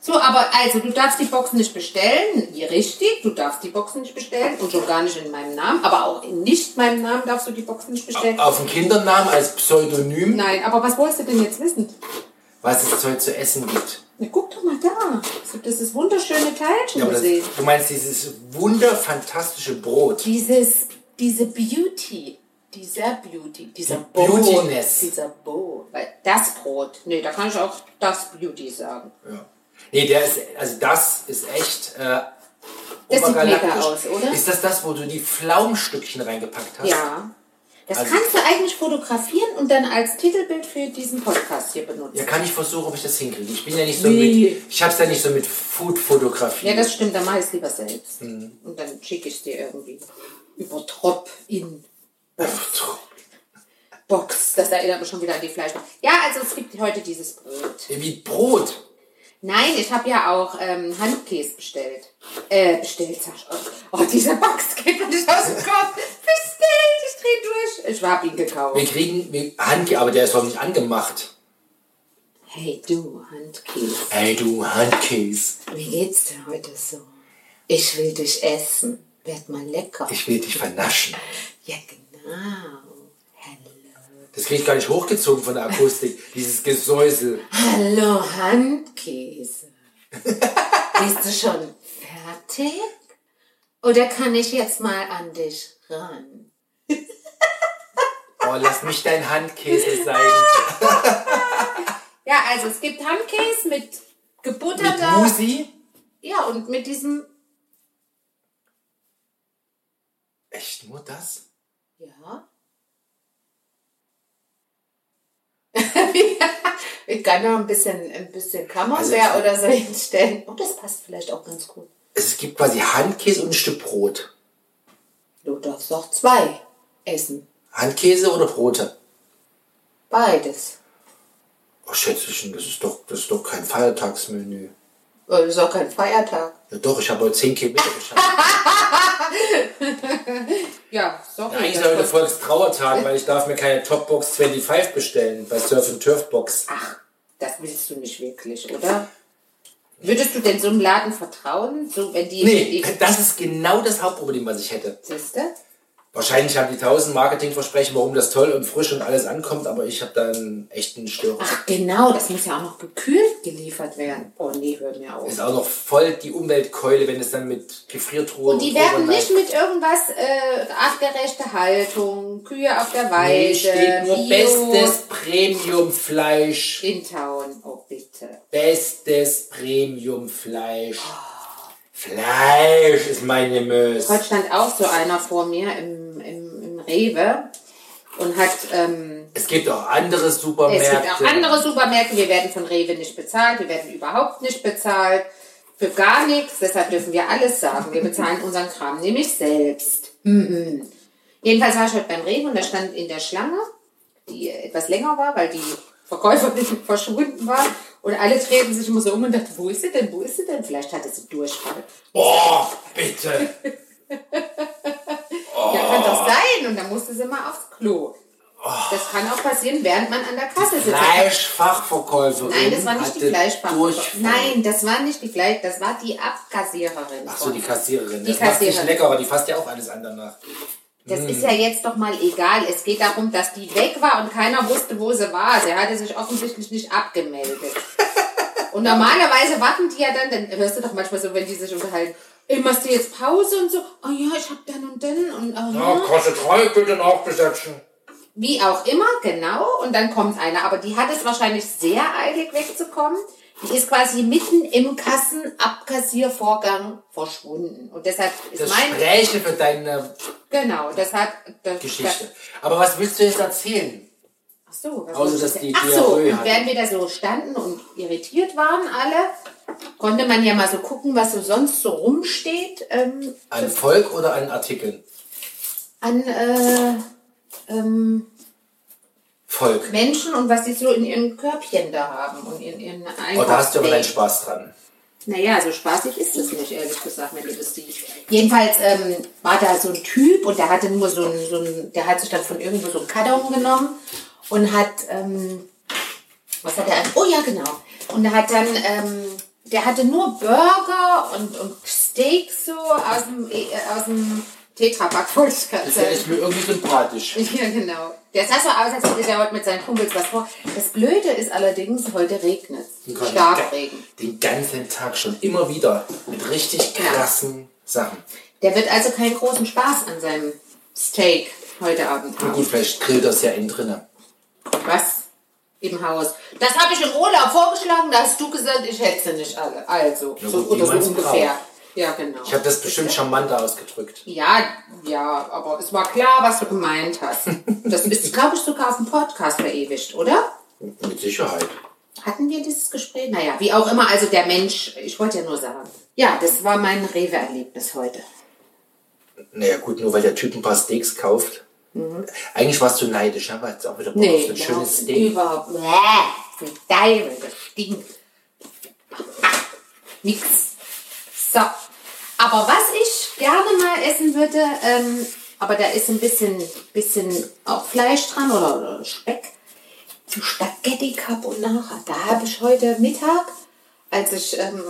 Speaker 1: So, aber also, du darfst die Box nicht bestellen. Ja, Richtig, du darfst die Box nicht bestellen. Und schon gar nicht in meinem Namen. Aber auch in nicht meinem Namen darfst du die Box nicht bestellen.
Speaker 2: Auf den Kindernamen als Pseudonym,
Speaker 1: Nein, aber was wolltest du denn jetzt wissen?
Speaker 2: was es heute zu essen gibt.
Speaker 1: Na, guck doch mal da. So, das ist wunderschöne Teilchen
Speaker 2: Ja, aber das,
Speaker 1: gesehen.
Speaker 2: du meinst dieses wunderfantastische Brot.
Speaker 1: Dieses, diese Beauty. Dieser Beauty. Dieser
Speaker 2: Die
Speaker 1: Bo.
Speaker 2: Beautiness.
Speaker 1: Dieser Bo. Weil Das Brot. Nee, da kann ich auch das Beauty sagen.
Speaker 2: Ja. Nee, der ist, also das ist echt äh,
Speaker 1: Das sieht
Speaker 2: obergalaktisch.
Speaker 1: mega aus, oder?
Speaker 2: Ist das das, wo du die Pflaumenstückchen reingepackt hast?
Speaker 1: Ja. Das
Speaker 2: Also-
Speaker 1: kannst du eigentlich fotografieren und dann als Titelbild für diesen Podcast hier benutzen.
Speaker 2: Ja, kann ich versuchen, ob ich das hinkriege. Ich bin ja nicht so
Speaker 1: Nee.
Speaker 2: mit, ich hab's ja nicht so mit Food-Fotografie.
Speaker 1: Ja, das stimmt, dann mache ich es lieber selbst. Und dann schicke ich es dir irgendwie über Trop in. Box. Das erinnert mich schon wieder an die Fleisch. Ja, also es gibt heute dieses Brot.
Speaker 2: Wie Brot.
Speaker 1: Nein, ich habe ja auch ähm, Handkäse bestellt. Äh, bestellt, sag ich. Oh, oh, dieser Box geht mir nicht aus dem Kopf. Bestellt, ich dreh durch. Ich habe ihn
Speaker 2: Wir
Speaker 1: gekauft.
Speaker 2: kriegen wir, Handkäse, aber der ist doch nicht angemacht.
Speaker 1: Hey du, Handkäse.
Speaker 2: Hey du Handkäse,
Speaker 1: Wie geht's dir heute so? Ich will dich essen. Werd mal lecker.
Speaker 2: ich will dich vernaschen.
Speaker 1: Ja, genau. Hallo.
Speaker 2: Das kriege ich gar nicht hochgezogen von der Akustik. Dieses Gesäusel.
Speaker 1: Hallo, Handkäse. Bist du schon fertig? Oder kann ich jetzt mal an dich ran?
Speaker 2: Oh, lass mich dein
Speaker 1: Ah,
Speaker 2: Handkäse sein.
Speaker 1: Ja, also es gibt Handkäse mit
Speaker 2: Mit
Speaker 1: gebutterter.
Speaker 2: Musi.
Speaker 1: ja, und mit diesem.
Speaker 2: Echt nur das?
Speaker 1: Ja. Ich kann noch ein bisschen, ein bisschen Camembert
Speaker 2: Also-
Speaker 1: oder so hinstellen. Oh, das passt vielleicht auch ganz gut.
Speaker 2: Es gibt quasi Handkäse und ein Stück Brot.
Speaker 1: Du darfst doch zwei essen.
Speaker 2: Handkäse oder Brote?
Speaker 1: Beides.
Speaker 2: Oh, Schätzchen, das ist doch, das ist doch kein Feiertagsmenü.
Speaker 1: Weil es Also ist auch kein Feiertag.
Speaker 2: Ja doch, ich habe heute 10 Kilometer
Speaker 1: Ah,
Speaker 2: geschafft.
Speaker 1: Ja, sorry.
Speaker 2: Eigentlich ist heute Volkstrauertag, weil ich darf mir keine Topbox 25 bestellen bei Surf and Turfbox.
Speaker 1: Ach, das willst du nicht wirklich, oder? Würdest du denn so einem Laden vertrauen? So, wenn die.
Speaker 2: Nee,
Speaker 1: die
Speaker 2: das ist genau das Hauptproblem, was ich hätte.
Speaker 1: Siehste?
Speaker 2: Wahrscheinlich haben die tausend Marketingversprechen, warum das toll und frisch und alles ankommt, aber ich habe da einen echten Störer.
Speaker 1: Ach, genau, das muss ja auch noch gekühlt geliefert werden. Oh nee, hör mir auf.
Speaker 2: Ist auch noch voll die Umweltkeule, wenn es dann mit Gefriertruhe
Speaker 1: Und die werden
Speaker 2: Overnight-
Speaker 1: nicht mit irgendwas äh, artgerechte Haltung, Kühe auf der Weide,
Speaker 2: Nee, steht nur
Speaker 1: Bio
Speaker 2: bestes Premiumfleisch.
Speaker 1: in Town. Oh bitte.
Speaker 2: Bestes Premiumfleisch. Fleisch ist meine Mös.
Speaker 1: Heute stand auch so einer vor mir im, im, im Rewe und hat, ähm,
Speaker 2: Es gibt auch andere
Speaker 1: es
Speaker 2: Supermärkte.
Speaker 1: gibt auch andere Supermärkte, wir werden von Rewe nicht bezahlt, wir werden überhaupt nicht bezahlt, für gar nichts, deshalb dürfen wir alles sagen. Wir bezahlen unseren Kram nämlich selbst. Mhm. Jedenfalls war ich heute beim Rewe und da stand in der Schlange, die etwas länger war, weil die Verkäuferin verschwunden war und alle drehten sich immer so um und dachten, wo ist sie denn, wo ist sie denn? Vielleicht hatte sie Durchfall.
Speaker 2: Oh, bitte.
Speaker 1: Ja, kann doch sein. Und dann musste sie mal aufs Klo. Das kann auch passieren, während man an der Kasse sitzt.
Speaker 2: Fleischfachverkäuferin.
Speaker 1: Nein, das war nicht die
Speaker 2: hatte
Speaker 1: Fleischfachverkäuferin.
Speaker 2: Durchfall.
Speaker 1: Nein, das war nicht die Fleisch, das war die Abkassiererin.
Speaker 2: Ach so, die Kassiererin.
Speaker 1: Die
Speaker 2: Das macht nicht
Speaker 1: Kassiererin. Mhm.
Speaker 2: lecker, aber die fasst ja auch alles an danach.
Speaker 1: Das
Speaker 2: Hm.
Speaker 1: ist ja jetzt doch mal egal. Es geht darum, dass die weg war und keiner wusste, wo sie war. Sie hatte sich offensichtlich nicht abgemeldet. Und normalerweise warten die ja dann, dann hörst du doch manchmal so, wenn die sich unterhalten, ey, machst du jetzt Pause und so, oh ja, ich hab dann und dann und aha.
Speaker 2: Kasse 3 bitte nachbesetzen.
Speaker 1: Wie auch immer, genau. Und dann kommt einer. Aber die hat es wahrscheinlich sehr eilig wegzukommen. Die ist quasi mitten im Kassenabkassiervorgang verschwunden. Und deshalb ist
Speaker 2: Das
Speaker 1: mein.
Speaker 2: Spräche für deine
Speaker 1: Genau, deshalb. Das,
Speaker 2: Geschichte. Aber was willst du jetzt erzählen?
Speaker 1: Ach so, was soll ich
Speaker 2: Außer, Also, dass
Speaker 1: jetzt-
Speaker 2: die
Speaker 1: Ach so,
Speaker 2: Diarrhoe
Speaker 1: und
Speaker 2: hatte.
Speaker 1: während wir da so standen und irritiert waren alle, konnte man ja mal so gucken, was so sonst so rumsteht ähm,
Speaker 2: An Volk oder an Artikeln?
Speaker 1: an äh, ähm,
Speaker 2: Volk.
Speaker 1: Menschen und was sie so in ihren Körbchen da haben und in ihren
Speaker 2: Oh, da hast du aber deinen
Speaker 1: Einkaufswegen.
Speaker 2: Spaß dran.
Speaker 1: Naja, so spaßig ist es nicht, ehrlich gesagt, wenn du das siehst. Jedenfalls ähm, war da so ein Typ und der hatte nur so ein, so ein der hat sich dann von irgendwo so einen Karton genommen und hat, ähm, was hat er an? Oh ja, genau. Und der hat dann, ähm, der hatte nur Burger und, und Steaks so aus dem, äh, aus dem Tetrapack, wollte ich gerade
Speaker 2: Das ist ja
Speaker 1: sagen.
Speaker 2: echt mir irgendwie sympathisch.
Speaker 1: Ja, genau. Der sah so aus, als hätte der heute mit seinen Kumpels was vor. Das Blöde ist allerdings, heute regnet es. Starkregen.
Speaker 2: Den ganzen Tag schon immer wieder mit richtig krassen Sachen.
Speaker 1: Der wird also keinen großen Spaß an seinem Steak heute Abend
Speaker 2: Na
Speaker 1: haben.
Speaker 2: gut, vielleicht grillt das ja innen drinne.
Speaker 1: Was? Im Haus. Das habe ich im Urlaub vorgeschlagen, da hast du gesagt, ich hätte sie nicht alle. Also,
Speaker 2: Ja,
Speaker 1: so
Speaker 2: gut,
Speaker 1: oder so
Speaker 2: niemals
Speaker 1: ungefähr.
Speaker 2: brav.
Speaker 1: Ja, genau.
Speaker 2: Ich habe das bestimmt charmanter ausgedrückt.
Speaker 1: ja, ja, aber es war klar, was du gemeint hast. Das ist, glaube ich, sogar auf dem Podcast verewigt, oder?
Speaker 2: Mit Sicherheit.
Speaker 1: Hatten wir dieses Gespräch? Naja, wie auch immer, also der Mensch, ich wollte ja nur sagen. Ja, das war mein Rewe-Erlebnis heute.
Speaker 2: Naja gut, nur weil der Typ ein paar Steaks kauft, Eigentlich warst du neidisch, aber jetzt auch wieder Bock auf
Speaker 1: Mhm. Nee,
Speaker 2: so ein
Speaker 1: überhaupt-
Speaker 2: schönes Steak.
Speaker 1: Überhaupt. Bäh, wie geil, das stinkt. Nix. So. Aber was ich gerne mal essen würde, ähm, aber da ist ein bisschen, bisschen auch Fleisch dran oder, oder Speck, so Spaghetti Carbonara. Da habe ich heute Mittag, als ich, ähm,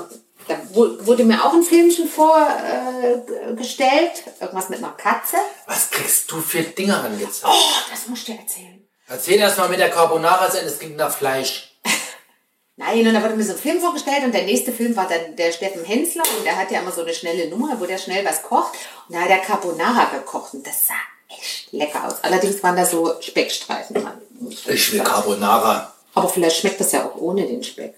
Speaker 1: da wu- wurde mir auch ein Filmchen vorgestellt, irgendwas mit einer Katze.
Speaker 2: Was kriegst du für Dinger angezeigt?
Speaker 1: Oh, das musst du dir erzählen.
Speaker 2: Erzähl erst mal mit der Carbonara sein, es klingt nach Fleisch.
Speaker 1: Nein, und da wurde mir so ein Film vorgestellt und der nächste Film war dann der Steffen Hensler und der hat ja immer so eine schnelle Nummer, wo der schnell was kocht und da hat er Carbonara gekocht und das sah echt lecker aus. Allerdings waren da so Speckstreifen dran.
Speaker 2: Ich will Carbonara.
Speaker 1: Aber vielleicht schmeckt das ja auch ohne den Speck.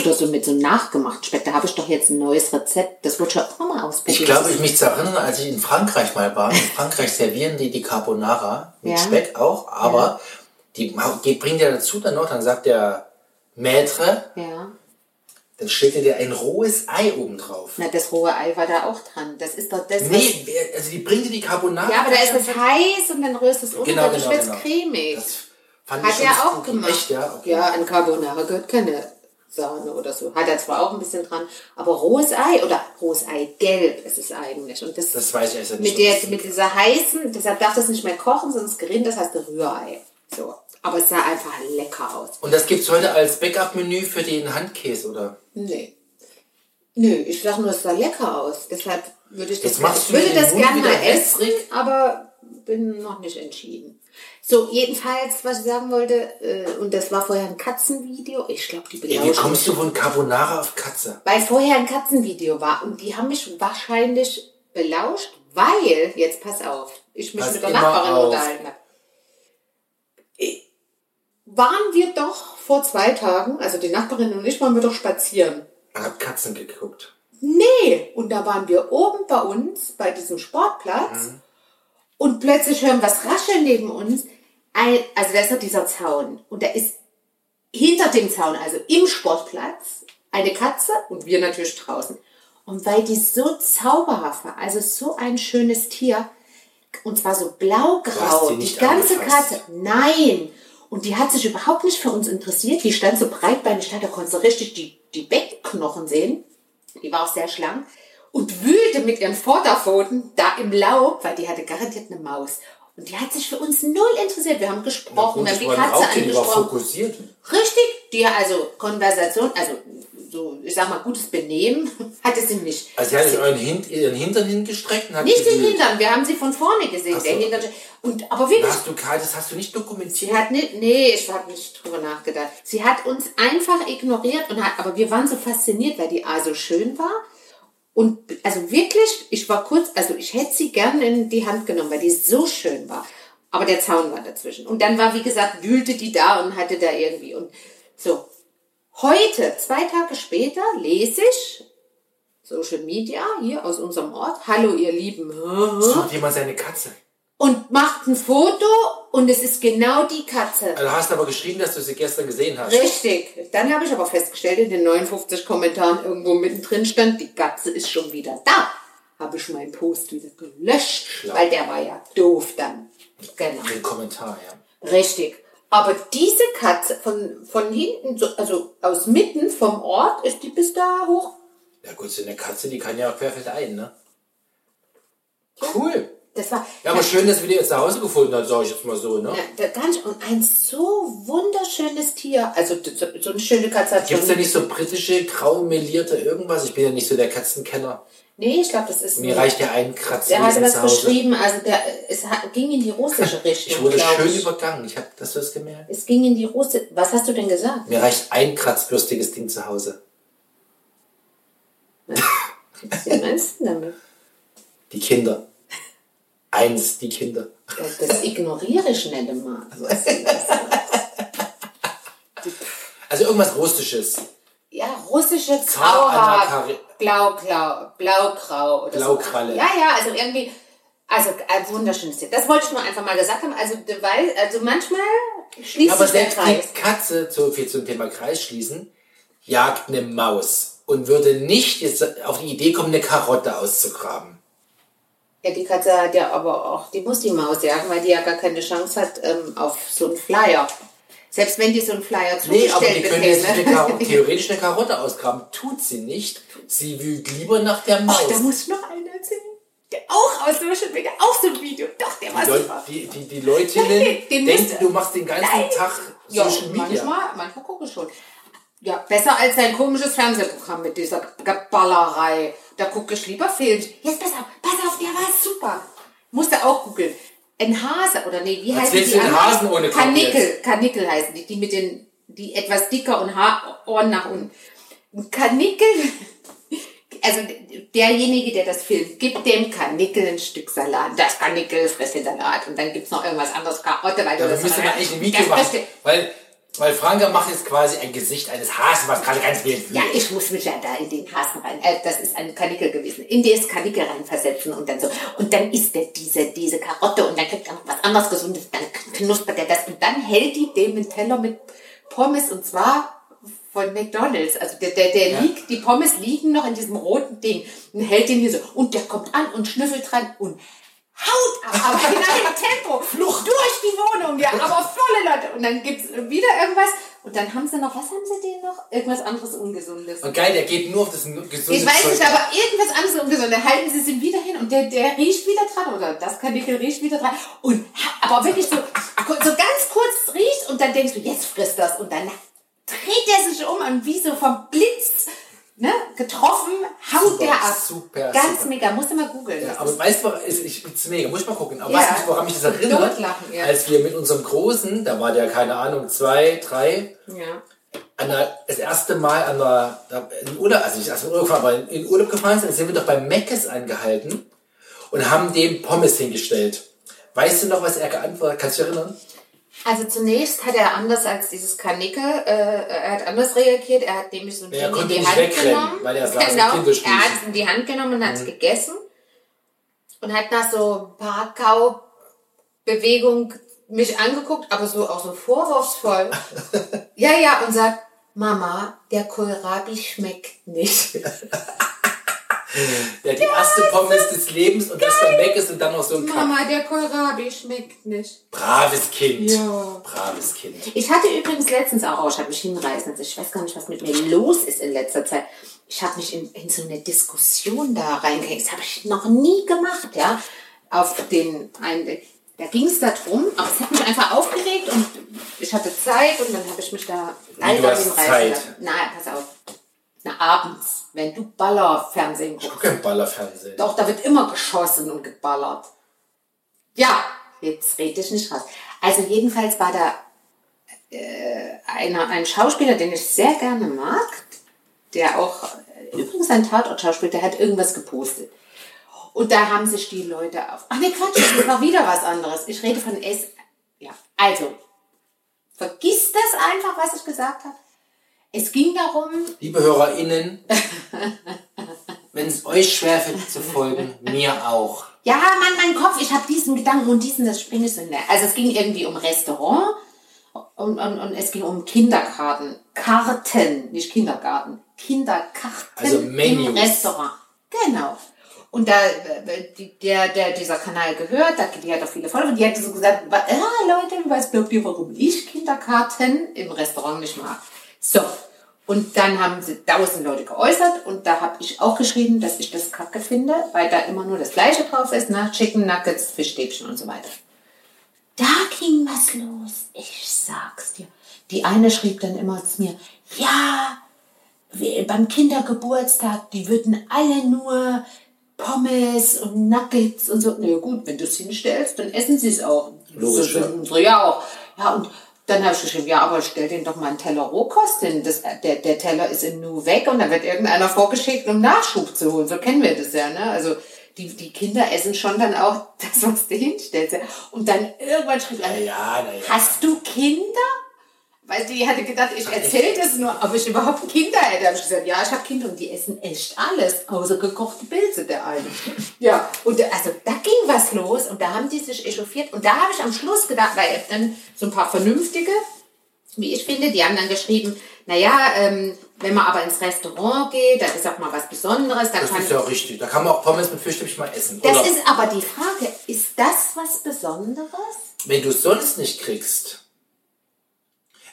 Speaker 1: Oder so mit so nachgemachten Speck. Da habe ich doch jetzt ein neues Rezept. Das wird schon auch mal ausprobiert.
Speaker 2: Ich glaube, ich mich zu erinnern, als ich in Frankreich mal war. In Frankreich servieren die die Carbonara
Speaker 1: Ja.
Speaker 2: mit Speck auch, aber die, die bringt ja dazu dann noch, dann sagt der Maître,
Speaker 1: Ja.
Speaker 2: dann stellt er dir ein rohes Ei oben drauf.
Speaker 1: Na, das rohe Ei war da auch dran. Das ist doch das, was-
Speaker 2: Nee, wer- also die bringt dir die Carbonara.
Speaker 1: Ja, aber da ist es heiß und dann rührst du es um
Speaker 2: Genau,
Speaker 1: und dann
Speaker 2: genau,
Speaker 1: wird's
Speaker 2: genau.
Speaker 1: cremig.
Speaker 2: Das fand ich
Speaker 1: Hat
Speaker 2: schon
Speaker 1: er auch
Speaker 2: spooky.
Speaker 1: gemacht.
Speaker 2: Echt, ja? Okay.
Speaker 1: ja, an Carbonara gehört keine Sahne oder so. Hat er zwar auch ein bisschen dran, aber rohes Ei oder rohes Eigelb ist es eigentlich. Und das,
Speaker 2: Das weiß ich also
Speaker 1: mit,
Speaker 2: nicht.
Speaker 1: der, mit dieser heißen, deshalb darf das nicht mehr kochen, sonst gerinnt das heißt Rührei. So. Aber es sah einfach lecker aus.
Speaker 2: Und das gibt's heute als Backup-Menü für den Handkäse, oder?
Speaker 1: Nee. Nö, ich sag nur, es sah lecker aus. Deshalb würde ich das,
Speaker 2: Jetzt machst du
Speaker 1: würde
Speaker 2: mir den
Speaker 1: das
Speaker 2: Mund
Speaker 1: gerne
Speaker 2: wieder
Speaker 1: mal essen,
Speaker 2: wässrig.
Speaker 1: aber bin noch nicht entschieden. So, jedenfalls, was ich sagen wollte, äh, und das war vorher ein Katzenvideo. Ich glaube, die
Speaker 2: Ja, wie
Speaker 1: belauschen
Speaker 2: kommst du von Carbonara auf Katze?
Speaker 1: weil vorher ein Katzenvideo war und die haben mich wahrscheinlich belauscht, weil, jetzt pass auf, ich mich
Speaker 2: Pass
Speaker 1: mit der
Speaker 2: immer
Speaker 1: Nachbarin
Speaker 2: auf.
Speaker 1: unterhalten habe. Ich- Waren wir doch vor zwei Tagen, also die Nachbarin und ich, waren wir doch spazieren.
Speaker 2: Ich hab Katzen geguckt.
Speaker 1: Nee, und da waren wir oben bei uns, bei diesem Sportplatz,
Speaker 2: Mhm.
Speaker 1: und plötzlich hören was rascheln neben uns. Ein, also da ist noch dieser Zaun, und da ist hinter dem Zaun, also im Sportplatz, eine Katze und wir natürlich draußen. Und weil die so zauberhaft war, also so ein schönes Tier, und zwar so
Speaker 2: hast
Speaker 1: blaugrau,
Speaker 2: sie
Speaker 1: die
Speaker 2: nicht
Speaker 1: ganze
Speaker 2: angefasst.
Speaker 1: Katze, nein. Und die hat sich überhaupt nicht für uns interessiert. Die stand so breitbeinig da, da konntest du richtig die, die Beckenknochen sehen. Die war auch sehr schlank und wühlte mit ihren Vorderpfoten da im Laub, weil die hatte garantiert eine Maus. Und die hat sich für uns null interessiert. Wir haben gesprochen, wir haben die
Speaker 2: war ein
Speaker 1: Katze
Speaker 2: Raubtier, die war
Speaker 1: angesprochen.
Speaker 2: fokussiert.
Speaker 1: Richtig, die also Konversation, also so, ich sag mal, gutes Benehmen hatte sie nicht.
Speaker 2: Also sie hat euren Hin ihren Hintern hingestreckt und hat
Speaker 1: nicht den
Speaker 2: gewühlt.
Speaker 1: Hintern, wir haben sie von vorne gesehen.
Speaker 2: Ach so.
Speaker 1: Der Hintern, und, aber
Speaker 2: Da
Speaker 1: wirklich,
Speaker 2: Hast du, Karl, das hast du nicht
Speaker 1: Sie
Speaker 2: dokumentiert.
Speaker 1: hat nicht, nee, ich habe nicht drüber nachgedacht. Sie hat uns einfach ignoriert und hat, aber wir waren so fasziniert, weil die A so schön war. Und also wirklich, ich war kurz, also ich hätte sie gerne in die Hand genommen, weil die so schön war. Aber der Zaun war dazwischen. Und dann war, wie gesagt, wühlte die da und hatte da irgendwie. Und so. Heute, zwei Tage später, lese ich Social Media hier aus unserem Ort. Hallo, ihr Lieben.
Speaker 2: Sucht jemand seine Katze.
Speaker 1: Und macht ein Foto und es ist genau die Katze.
Speaker 2: Du Also hast aber geschrieben, dass du sie gestern gesehen hast.
Speaker 1: Richtig. Dann habe ich aber festgestellt, in den 59 Kommentaren irgendwo mittendrin stand, die Katze ist schon wieder da. Habe ich meinen Post wieder gelöscht, weil der war ja doof dann. Genau.
Speaker 2: Den Kommentar, ja.
Speaker 1: Richtig. Aber diese Katze von, von hinten, so- also aus mitten vom Ort, ist die bis da hoch.
Speaker 2: Ja gut, so eine Katze, die kann ja auch querfeld ein, ne? Cool.
Speaker 1: Das war
Speaker 2: Ja, aber schön, dass wir die jetzt zu Hause gefunden haben, sag ich jetzt mal so, ne?
Speaker 1: Ja, da ganz, und ein so wunderschönes Tier. Also d- so, so eine schöne Katze hat
Speaker 2: Gibt's
Speaker 1: schon-
Speaker 2: da nicht so britische, graumelierte irgendwas? Ich bin ja nicht so der Katzenkenner.
Speaker 1: Nee, ich glaube, das ist
Speaker 2: Mir reicht ja ein Kratzer.
Speaker 1: Der hatte
Speaker 2: jetzt
Speaker 1: das
Speaker 2: zu Hause.
Speaker 1: beschrieben, also der, es hat, ging in die russische Richtung.
Speaker 2: Ich wurde
Speaker 1: glaub
Speaker 2: schön
Speaker 1: ich.
Speaker 2: übergangen. Ich hab, hast du das gemerkt?
Speaker 1: Es ging in die Russe. Was hast du denn gesagt?
Speaker 2: Mir reicht ein kratzbürstiges Ding zu Hause.
Speaker 1: Was meinst du damit?
Speaker 2: Die Kinder. Eins, die Kinder.
Speaker 1: Das, das ignoriere ich nicht immer.
Speaker 2: Also irgendwas Russisches.
Speaker 1: Ja, russische
Speaker 2: Zara
Speaker 1: Zauber.
Speaker 2: Anna Kari-
Speaker 1: Blau, blau, blaugrau. Oder
Speaker 2: Blaukralle.
Speaker 1: So. Ja, ja, also irgendwie. Also ein wunderschönes Tier. Das wollte ich nur einfach mal gesagt haben. Also, weil, also manchmal schließt
Speaker 2: Aber
Speaker 1: sich der
Speaker 2: selbst
Speaker 1: Kreis.
Speaker 2: die Katze, so viel zum Thema Kreis schließen, jagt eine Maus und würde nicht jetzt auf die Idee kommen, eine Karotte auszugraben.
Speaker 1: Ja, die Katze hat ja aber auch, die muss die Maus jagen, weil die ja gar keine Chance hat ähm, auf so einen Flyer. Selbst wenn die so einen Flyer zugestellt
Speaker 2: Nee,
Speaker 1: ne?
Speaker 2: aber die können jetzt eine
Speaker 1: bekäme.
Speaker 2: Karo- theoretisch eine Karotte ausgraben. Tut sie nicht. Sie wühlt lieber nach der Maus.
Speaker 1: Ach, da muss ich noch einen erzählen. Der auch aus Social Media, auch so ein Video. Doch, der war
Speaker 2: Die Leut-
Speaker 1: super.
Speaker 2: die, die, die Leutinnen
Speaker 1: Nein, den
Speaker 2: denken,
Speaker 1: müsst ihr.
Speaker 2: du machst den ganzen
Speaker 1: Nein.
Speaker 2: Tag
Speaker 1: Ja,
Speaker 2: Social Media.
Speaker 1: manchmal, manchmal gucke ich schon. Ja, besser als sein komisches Fernsehprogramm mit dieser Geballerei. Da gucke ich lieber Film. Jetzt pass auf, pass auf, der war super. Musste auch googeln. Ein Hase, oder nee, wie heißt die?
Speaker 2: willst du einen
Speaker 1: anderen?
Speaker 2: Hasen ohne Kopf
Speaker 1: Karnickel, Karnickel heißen die, die mit den, die etwas dicker und Haar, Ohren nach unten. Ein Karnickel, also derjenige, der das filmt, gibt dem Karnickel ein Stück Salat. Das Karnickel frisst den Salat. Und dann gibt es noch irgendwas anderes, Karotte, weil du
Speaker 2: Da
Speaker 1: das
Speaker 2: müsste man eigentlich ein Video
Speaker 1: Das
Speaker 2: machen.
Speaker 1: frisst-
Speaker 2: Weil, weil Franka macht jetzt quasi ein Gesicht eines Hasen, was gerade ganz wild
Speaker 1: Ja,
Speaker 2: wühlt.
Speaker 1: ich muss mich ja da in den Hasen rein, äh, das ist ein Kanickel gewesen, in das Kanickel reinversetzen und dann so. Und dann isst er diese, diese Karotte und dann kriegt er noch was anderes Gesundes, dann knuspert er das und dann hält die dem einen Teller mit Pommes und zwar von McDonalds. Also der, der, der
Speaker 2: Ja.
Speaker 1: liegt, die Pommes liegen noch in diesem roten Ding und hält den hier so. Und der kommt an und schnüffelt dran und haut ab, aber in einem Tempo durch die Wohnung, ja, aber volle Leute. Und dann gibt's wieder irgendwas. Und dann haben sie noch, was haben sie denen noch? Irgendwas anderes Ungesundes.
Speaker 2: Und geil, der geht nur auf das gesunde
Speaker 1: Ich weiß
Speaker 2: Zeug.
Speaker 1: nicht, aber irgendwas anderes Ungesundes. Dann halten sie es ihm wieder hin und der, der riecht wieder dran oder das Kanickel riecht wieder dran. Und, aber wirklich so, so ganz kurz riecht und dann denkst du, jetzt frisst das. Und dann dreht er sich um und wie so vom Blitz, ne, getroffen, haut
Speaker 2: Super,
Speaker 1: der ab.
Speaker 2: super,
Speaker 1: Ganz
Speaker 2: super.
Speaker 1: mega, musst du mal googeln.
Speaker 2: Ja,
Speaker 1: Das
Speaker 2: aber weißt du, ist, ich bin's mega, muss ich mal gucken. Aber
Speaker 1: Ja.
Speaker 2: weißt du, woran mich das erinnert?
Speaker 1: Totlachen, ja.
Speaker 2: Als wir mit unserem Großen, da war der, keine Ahnung, zwei, drei,
Speaker 1: ist- ja.
Speaker 2: an der, das erste Mal an der, da- in Urlaub, also nicht erst in Urlaub gefahren, aber in, in Urlaub gefahren sind, sind wir doch bei Meckes angehalten und haben dem Pommes hingestellt. Weißt du noch, was er geantwortet hat? Kannst du dich erinnern?
Speaker 1: Also zunächst hat er anders als dieses Kanickel, äh, er hat anders reagiert. Er hat nämlich so ein
Speaker 2: Ja, er
Speaker 1: Ding in
Speaker 2: konnte
Speaker 1: die
Speaker 2: nicht
Speaker 1: Hand
Speaker 2: wegrennen,
Speaker 1: genommen.
Speaker 2: weil er saß Mhm. im
Speaker 1: genau,
Speaker 2: Kinderstuhl.
Speaker 1: er hat es in die Hand genommen und hat es gegessen. Und hat nach so ein paar Kaubewegung mich angeguckt, aber so auch so vorwurfsvoll. ja, ja, und sagt, Mama, der Kohlrabi schmeckt nicht.
Speaker 2: Ja, die erste Pommes des Lebens und das dann weg ist und dann noch so ein Kack.
Speaker 1: Mama, der Kohlrabi schmeckt nicht.
Speaker 2: Braves Kind.
Speaker 1: Ja.
Speaker 2: Braves Kind.
Speaker 1: Ich hatte übrigens letztens auch, oh, ich habe mich hinreißen. lassen. Ich weiß gar nicht, was mit mir los ist in letzter Zeit. Ich habe mich in, in so eine Diskussion da reingehängt. Das habe ich noch nie gemacht, ja. Auf den einen, da ging es darum, aber es hat mich einfach aufgeregt und ich hatte Zeit und dann habe ich mich da
Speaker 2: du hast Zeit.
Speaker 1: lassen. Na, pass auf. Na, abends, wenn du Ballerfernsehen guckst.
Speaker 2: Ich gucke kein Ballerfernsehen.
Speaker 1: Doch, da wird immer geschossen und geballert. Ja, jetzt rede ich nicht raus. Also jedenfalls war da äh, einer, ein Schauspieler, den ich sehr gerne mag, der auch äh, übrigens ein Tatort-Schauspieler, der hat irgendwas gepostet. Und da haben sich die Leute auf. Ach nee, Quatsch, das war wieder was anderes. Ich rede von S. Ja, also, vergiss das einfach, was ich gesagt habe. Es ging darum,
Speaker 2: Liebe HörerInnen, wenn es euch schwerfällt zu folgen, mir auch.
Speaker 1: Ja, Mann, mein Kopf, ich habe diesen Gedanken und diesen, das springe ich so in der. Also es ging irgendwie um Restaurant und, und, und es ging um Kindergarten. Karten, nicht Kindergarten. Kinderkarten
Speaker 2: Also
Speaker 1: im
Speaker 2: Menüs.
Speaker 1: Restaurant. Genau. Und da, äh, die- der, der dieser Kanal gehört, da, die hat auch viele Folgen, die hat so gesagt, "Wa- ah, Leute, was glaubt ihr, warum ich Kinderkarten im Restaurant nicht mag? So. Und dann haben sie tausend Leute geäußert und da habe ich auch geschrieben, dass ich das kacke finde, weil da immer nur das Gleiche drauf ist, nach Chicken Nuggets, Fischstäbchen und so weiter. Da ging was los, ich sag's dir. Die eine schrieb dann immer zu mir, ja, wir- beim Kindergeburtstag, die würden alle nur Pommes und Nuggets und so. Na ja, gut, wenn du es hinstellst, dann essen sie es auch.
Speaker 2: Logisch,
Speaker 1: So sind unsere ja auch. Ja, und dann habe ich geschrieben, ja, aber stell denen doch mal einen Teller Rohkost hin. Das, der, der Teller ist im Nu weg und dann wird irgendeiner vorgeschickt, um Nachschub zu holen. So kennen wir das ja, ne? Also, die, die Kinder essen schon dann auch das, was du hinstellst. ja. Und dann irgendwann schrieb einer,
Speaker 2: Naja, naja.
Speaker 1: Hast du Kinder? Weil die hatte gedacht, ich erzähle das nur, ob ich überhaupt Kinder hätte. Habe ich gesagt, ja, ich habe Kinder und die essen echt alles, außer gekochte Pilze, der eine. Ja, und da- also da ging was los und da haben die sich echauffiert und da habe ich am Schluss gedacht, weil dann so ein paar Vernünftige, wie ich finde, die haben dann geschrieben, naja, ähm, Wenn man aber ins Restaurant geht, dann ist auch mal was Besonderes. Da
Speaker 2: Das
Speaker 1: kann
Speaker 2: ist ja auch richtig. Da kann man auch Pommes mit Fischstäbchen mal essen.
Speaker 1: das
Speaker 2: Oder
Speaker 1: ist aber die Frage, ist das was Besonderes?
Speaker 2: wenn du es sonst nicht kriegst.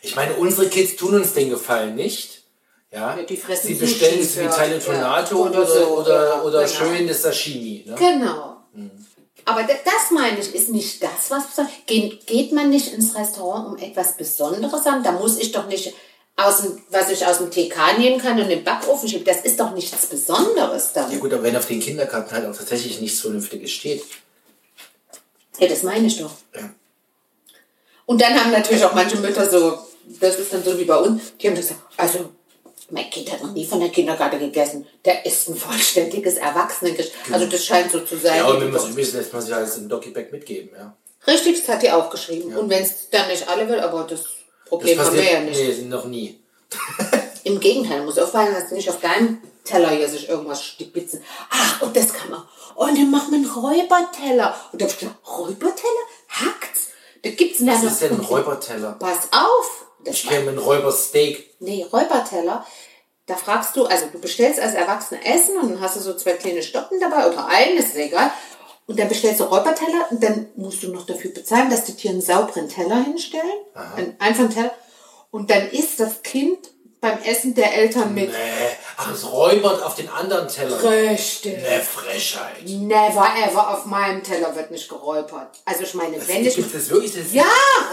Speaker 2: Ich meine, unsere Kids tun uns den Gefallen nicht. Ja,
Speaker 1: Ja, die fressen
Speaker 2: sie bestellen
Speaker 1: Sushi
Speaker 2: es wie
Speaker 1: für-
Speaker 2: Teile
Speaker 1: ja,
Speaker 2: Tonate
Speaker 1: oder
Speaker 2: oder,
Speaker 1: so,
Speaker 2: oder, oder,
Speaker 1: ja, genau.
Speaker 2: schönes Sashimi. Ne?
Speaker 1: Genau. Aber da- das meine ich, ist nicht das was Besonderes. Geht, geht man nicht ins Restaurant, um etwas Besonderes zu haben? Da muss ich doch nicht, aus dem, was ich aus dem TK nehmen kann und in den Backofen schieben. Das ist doch nichts Besonderes dann.
Speaker 2: Ja gut, aber wenn auf den Kinderkarten halt auch tatsächlich nichts Vernünftiges steht.
Speaker 1: Ja, das meine ich doch.
Speaker 2: Ja.
Speaker 1: Und dann haben natürlich auch manche Mütter so, das ist dann so wie bei uns, die haben gesagt, also mein Kind hat noch nie von der Kinderkarte gegessen. Der ist ein vollständiges Erwachsenengericht. Also das scheint so zu sein.
Speaker 2: Ja, aber wir müssen müssen jetzt mal sich alles im Doggy-Bag mitgeben, ja.
Speaker 1: Richtig, das hat die auch geschrieben. Und wenn es dann nicht alle will, aber das
Speaker 2: Das
Speaker 1: Problem haben wir ja nicht.
Speaker 2: Nee, noch nie.
Speaker 1: Im Gegenteil, muss aufpassen, dass nicht auf deinem Teller hier sich irgendwas stibitzen. Ach, und das kann man. Und dann machen wir einen Räuberteller. Und da hab ich gesagt, Räuberteller? Hackt's? Da gibt's
Speaker 2: Was ist denn ein Räuberteller?
Speaker 1: Pass auf! Das
Speaker 2: Ich kenne einen Räubersteak.
Speaker 1: Nee, Räuberteller. Da fragst du, also du bestellst als Erwachsener Essen und dann hast du so zwei kleine Stocken dabei oder einen, ist egal. Und dann bestellst du Räuberteller und dann musst du noch dafür bezahlen, dass die dir einen sauberen Teller hinstellen. Einen einfachen Teller. Und dann isst das Kind beim Essen der Eltern mit.
Speaker 2: Äh, ach, es räubert auf den anderen Teller.
Speaker 1: Richtig.
Speaker 2: Eine Frechheit.
Speaker 1: Never ever auf meinem Teller wird nicht geräubert. Also ich meine, wenn ich
Speaker 2: Gibt es wirklich das?
Speaker 1: Ja,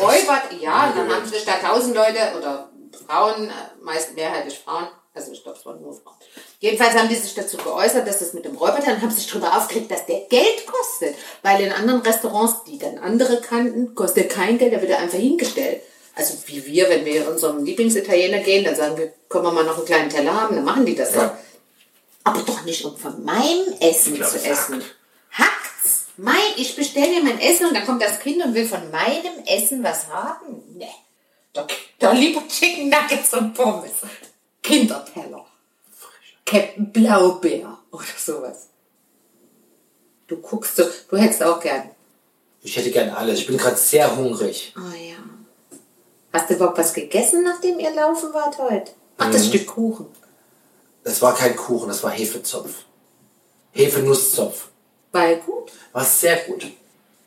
Speaker 1: Räubert, ja, dann haben sich da tausend Leute oder Frauen, äh, meist mehrheitlich Frauen, also ich glaube, es waren nur Frauen. Jedenfalls haben die sich dazu geäußert, dass das mit dem Räubert dann haben sich drüber aufgeregt, dass der Geld kostet. Weil in anderen Restaurants, die dann andere kannten, kostet kein Geld, da wird er einfach hingestellt. Also wie wir, wenn wir in unserem Lieblingsitaliener gehen, dann sagen wir, können wir mal noch einen kleinen Teller haben, dann machen die das
Speaker 2: Ja.
Speaker 1: doch. Aber doch nicht, um von meinem Essen
Speaker 2: Ich glaub,
Speaker 1: zu
Speaker 2: es
Speaker 1: essen. Hackt's! Mein, ich bestelle dir mein Essen und dann kommt das Kind und will von meinem Essen was haben? Ne. Da, da lieber Chicken Nuggets und Pommes. Kinderteller. Captain Blaubeer oder sowas. Du guckst so, du hättest auch gern.
Speaker 2: Ich hätte gern alles. Ich bin gerade sehr hungrig.
Speaker 1: Ah ja. Hast du überhaupt was gegessen, nachdem ihr laufen wart heute? Ach, das Stück Kuchen.
Speaker 2: Das war kein Kuchen, das war Hefezopf. Hefenusszopf.
Speaker 1: War gut.
Speaker 2: War sehr gut.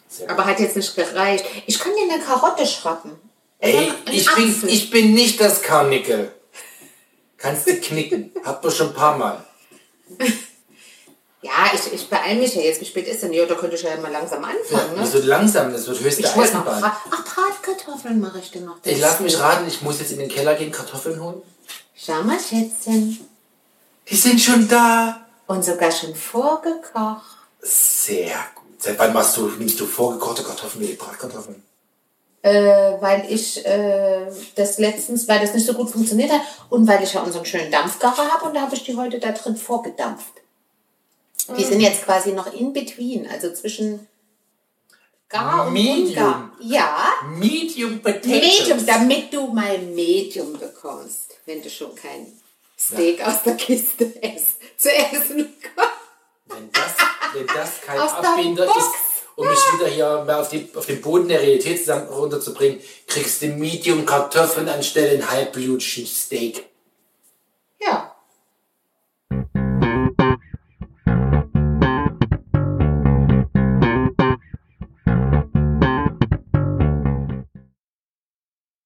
Speaker 2: Sehr gut.
Speaker 1: Aber hat jetzt nicht gereicht. Ich kann dir eine Karotte schrappen.
Speaker 2: Ey,
Speaker 1: Einen
Speaker 2: ich bin,
Speaker 1: Apfel.
Speaker 2: ich bin nicht das Karnickel. Kannst du knicken. Hab doch schon ein paar Mal.
Speaker 1: Ja, ich, ich beeil mich ja jetzt. Wie spät ist denn? Ja, da könnte ich ja mal langsam anfangen. Ne?
Speaker 2: So langsam, das wird höchste
Speaker 1: Ich wollte noch
Speaker 2: Eisenbahn.
Speaker 1: Bra- Ach, Bratkartoffeln mache ich dir noch.
Speaker 2: Ich lass mich raten, ich muss jetzt in den Keller gehen, Kartoffeln holen.
Speaker 1: Schau mal, Schätzchen.
Speaker 2: Die sind schon da.
Speaker 1: Und sogar schon vorgekocht.
Speaker 2: Sehr gut. Seit wann machst du, nimmst du vorgekochte Kartoffeln wie die Bratkartoffeln?
Speaker 1: Äh, weil ich äh, das letztens, weil das nicht so gut funktioniert hat und weil ich ja unseren schönen Dampfgarer habe und da habe ich die heute da drin vorgedampft. Die
Speaker 2: Mhm.
Speaker 1: sind jetzt quasi noch in between, also zwischen gar und
Speaker 2: Medium.
Speaker 1: ungar. Ja,
Speaker 2: Medium Potatoes.
Speaker 1: Medium, damit du mal Medium bekommst, wenn du schon kein Steak aus der Kiste ess, zu essen kommst.
Speaker 2: Wenn das, wenn das kein
Speaker 1: Aus der
Speaker 2: Abbinder
Speaker 1: Box.
Speaker 2: ist, um mich wieder hier mal auf, die, auf den Boden der Realität zusammen runterzubringen, kriegst du Medium Kartoffeln anstelle ein halbblutschen Steak.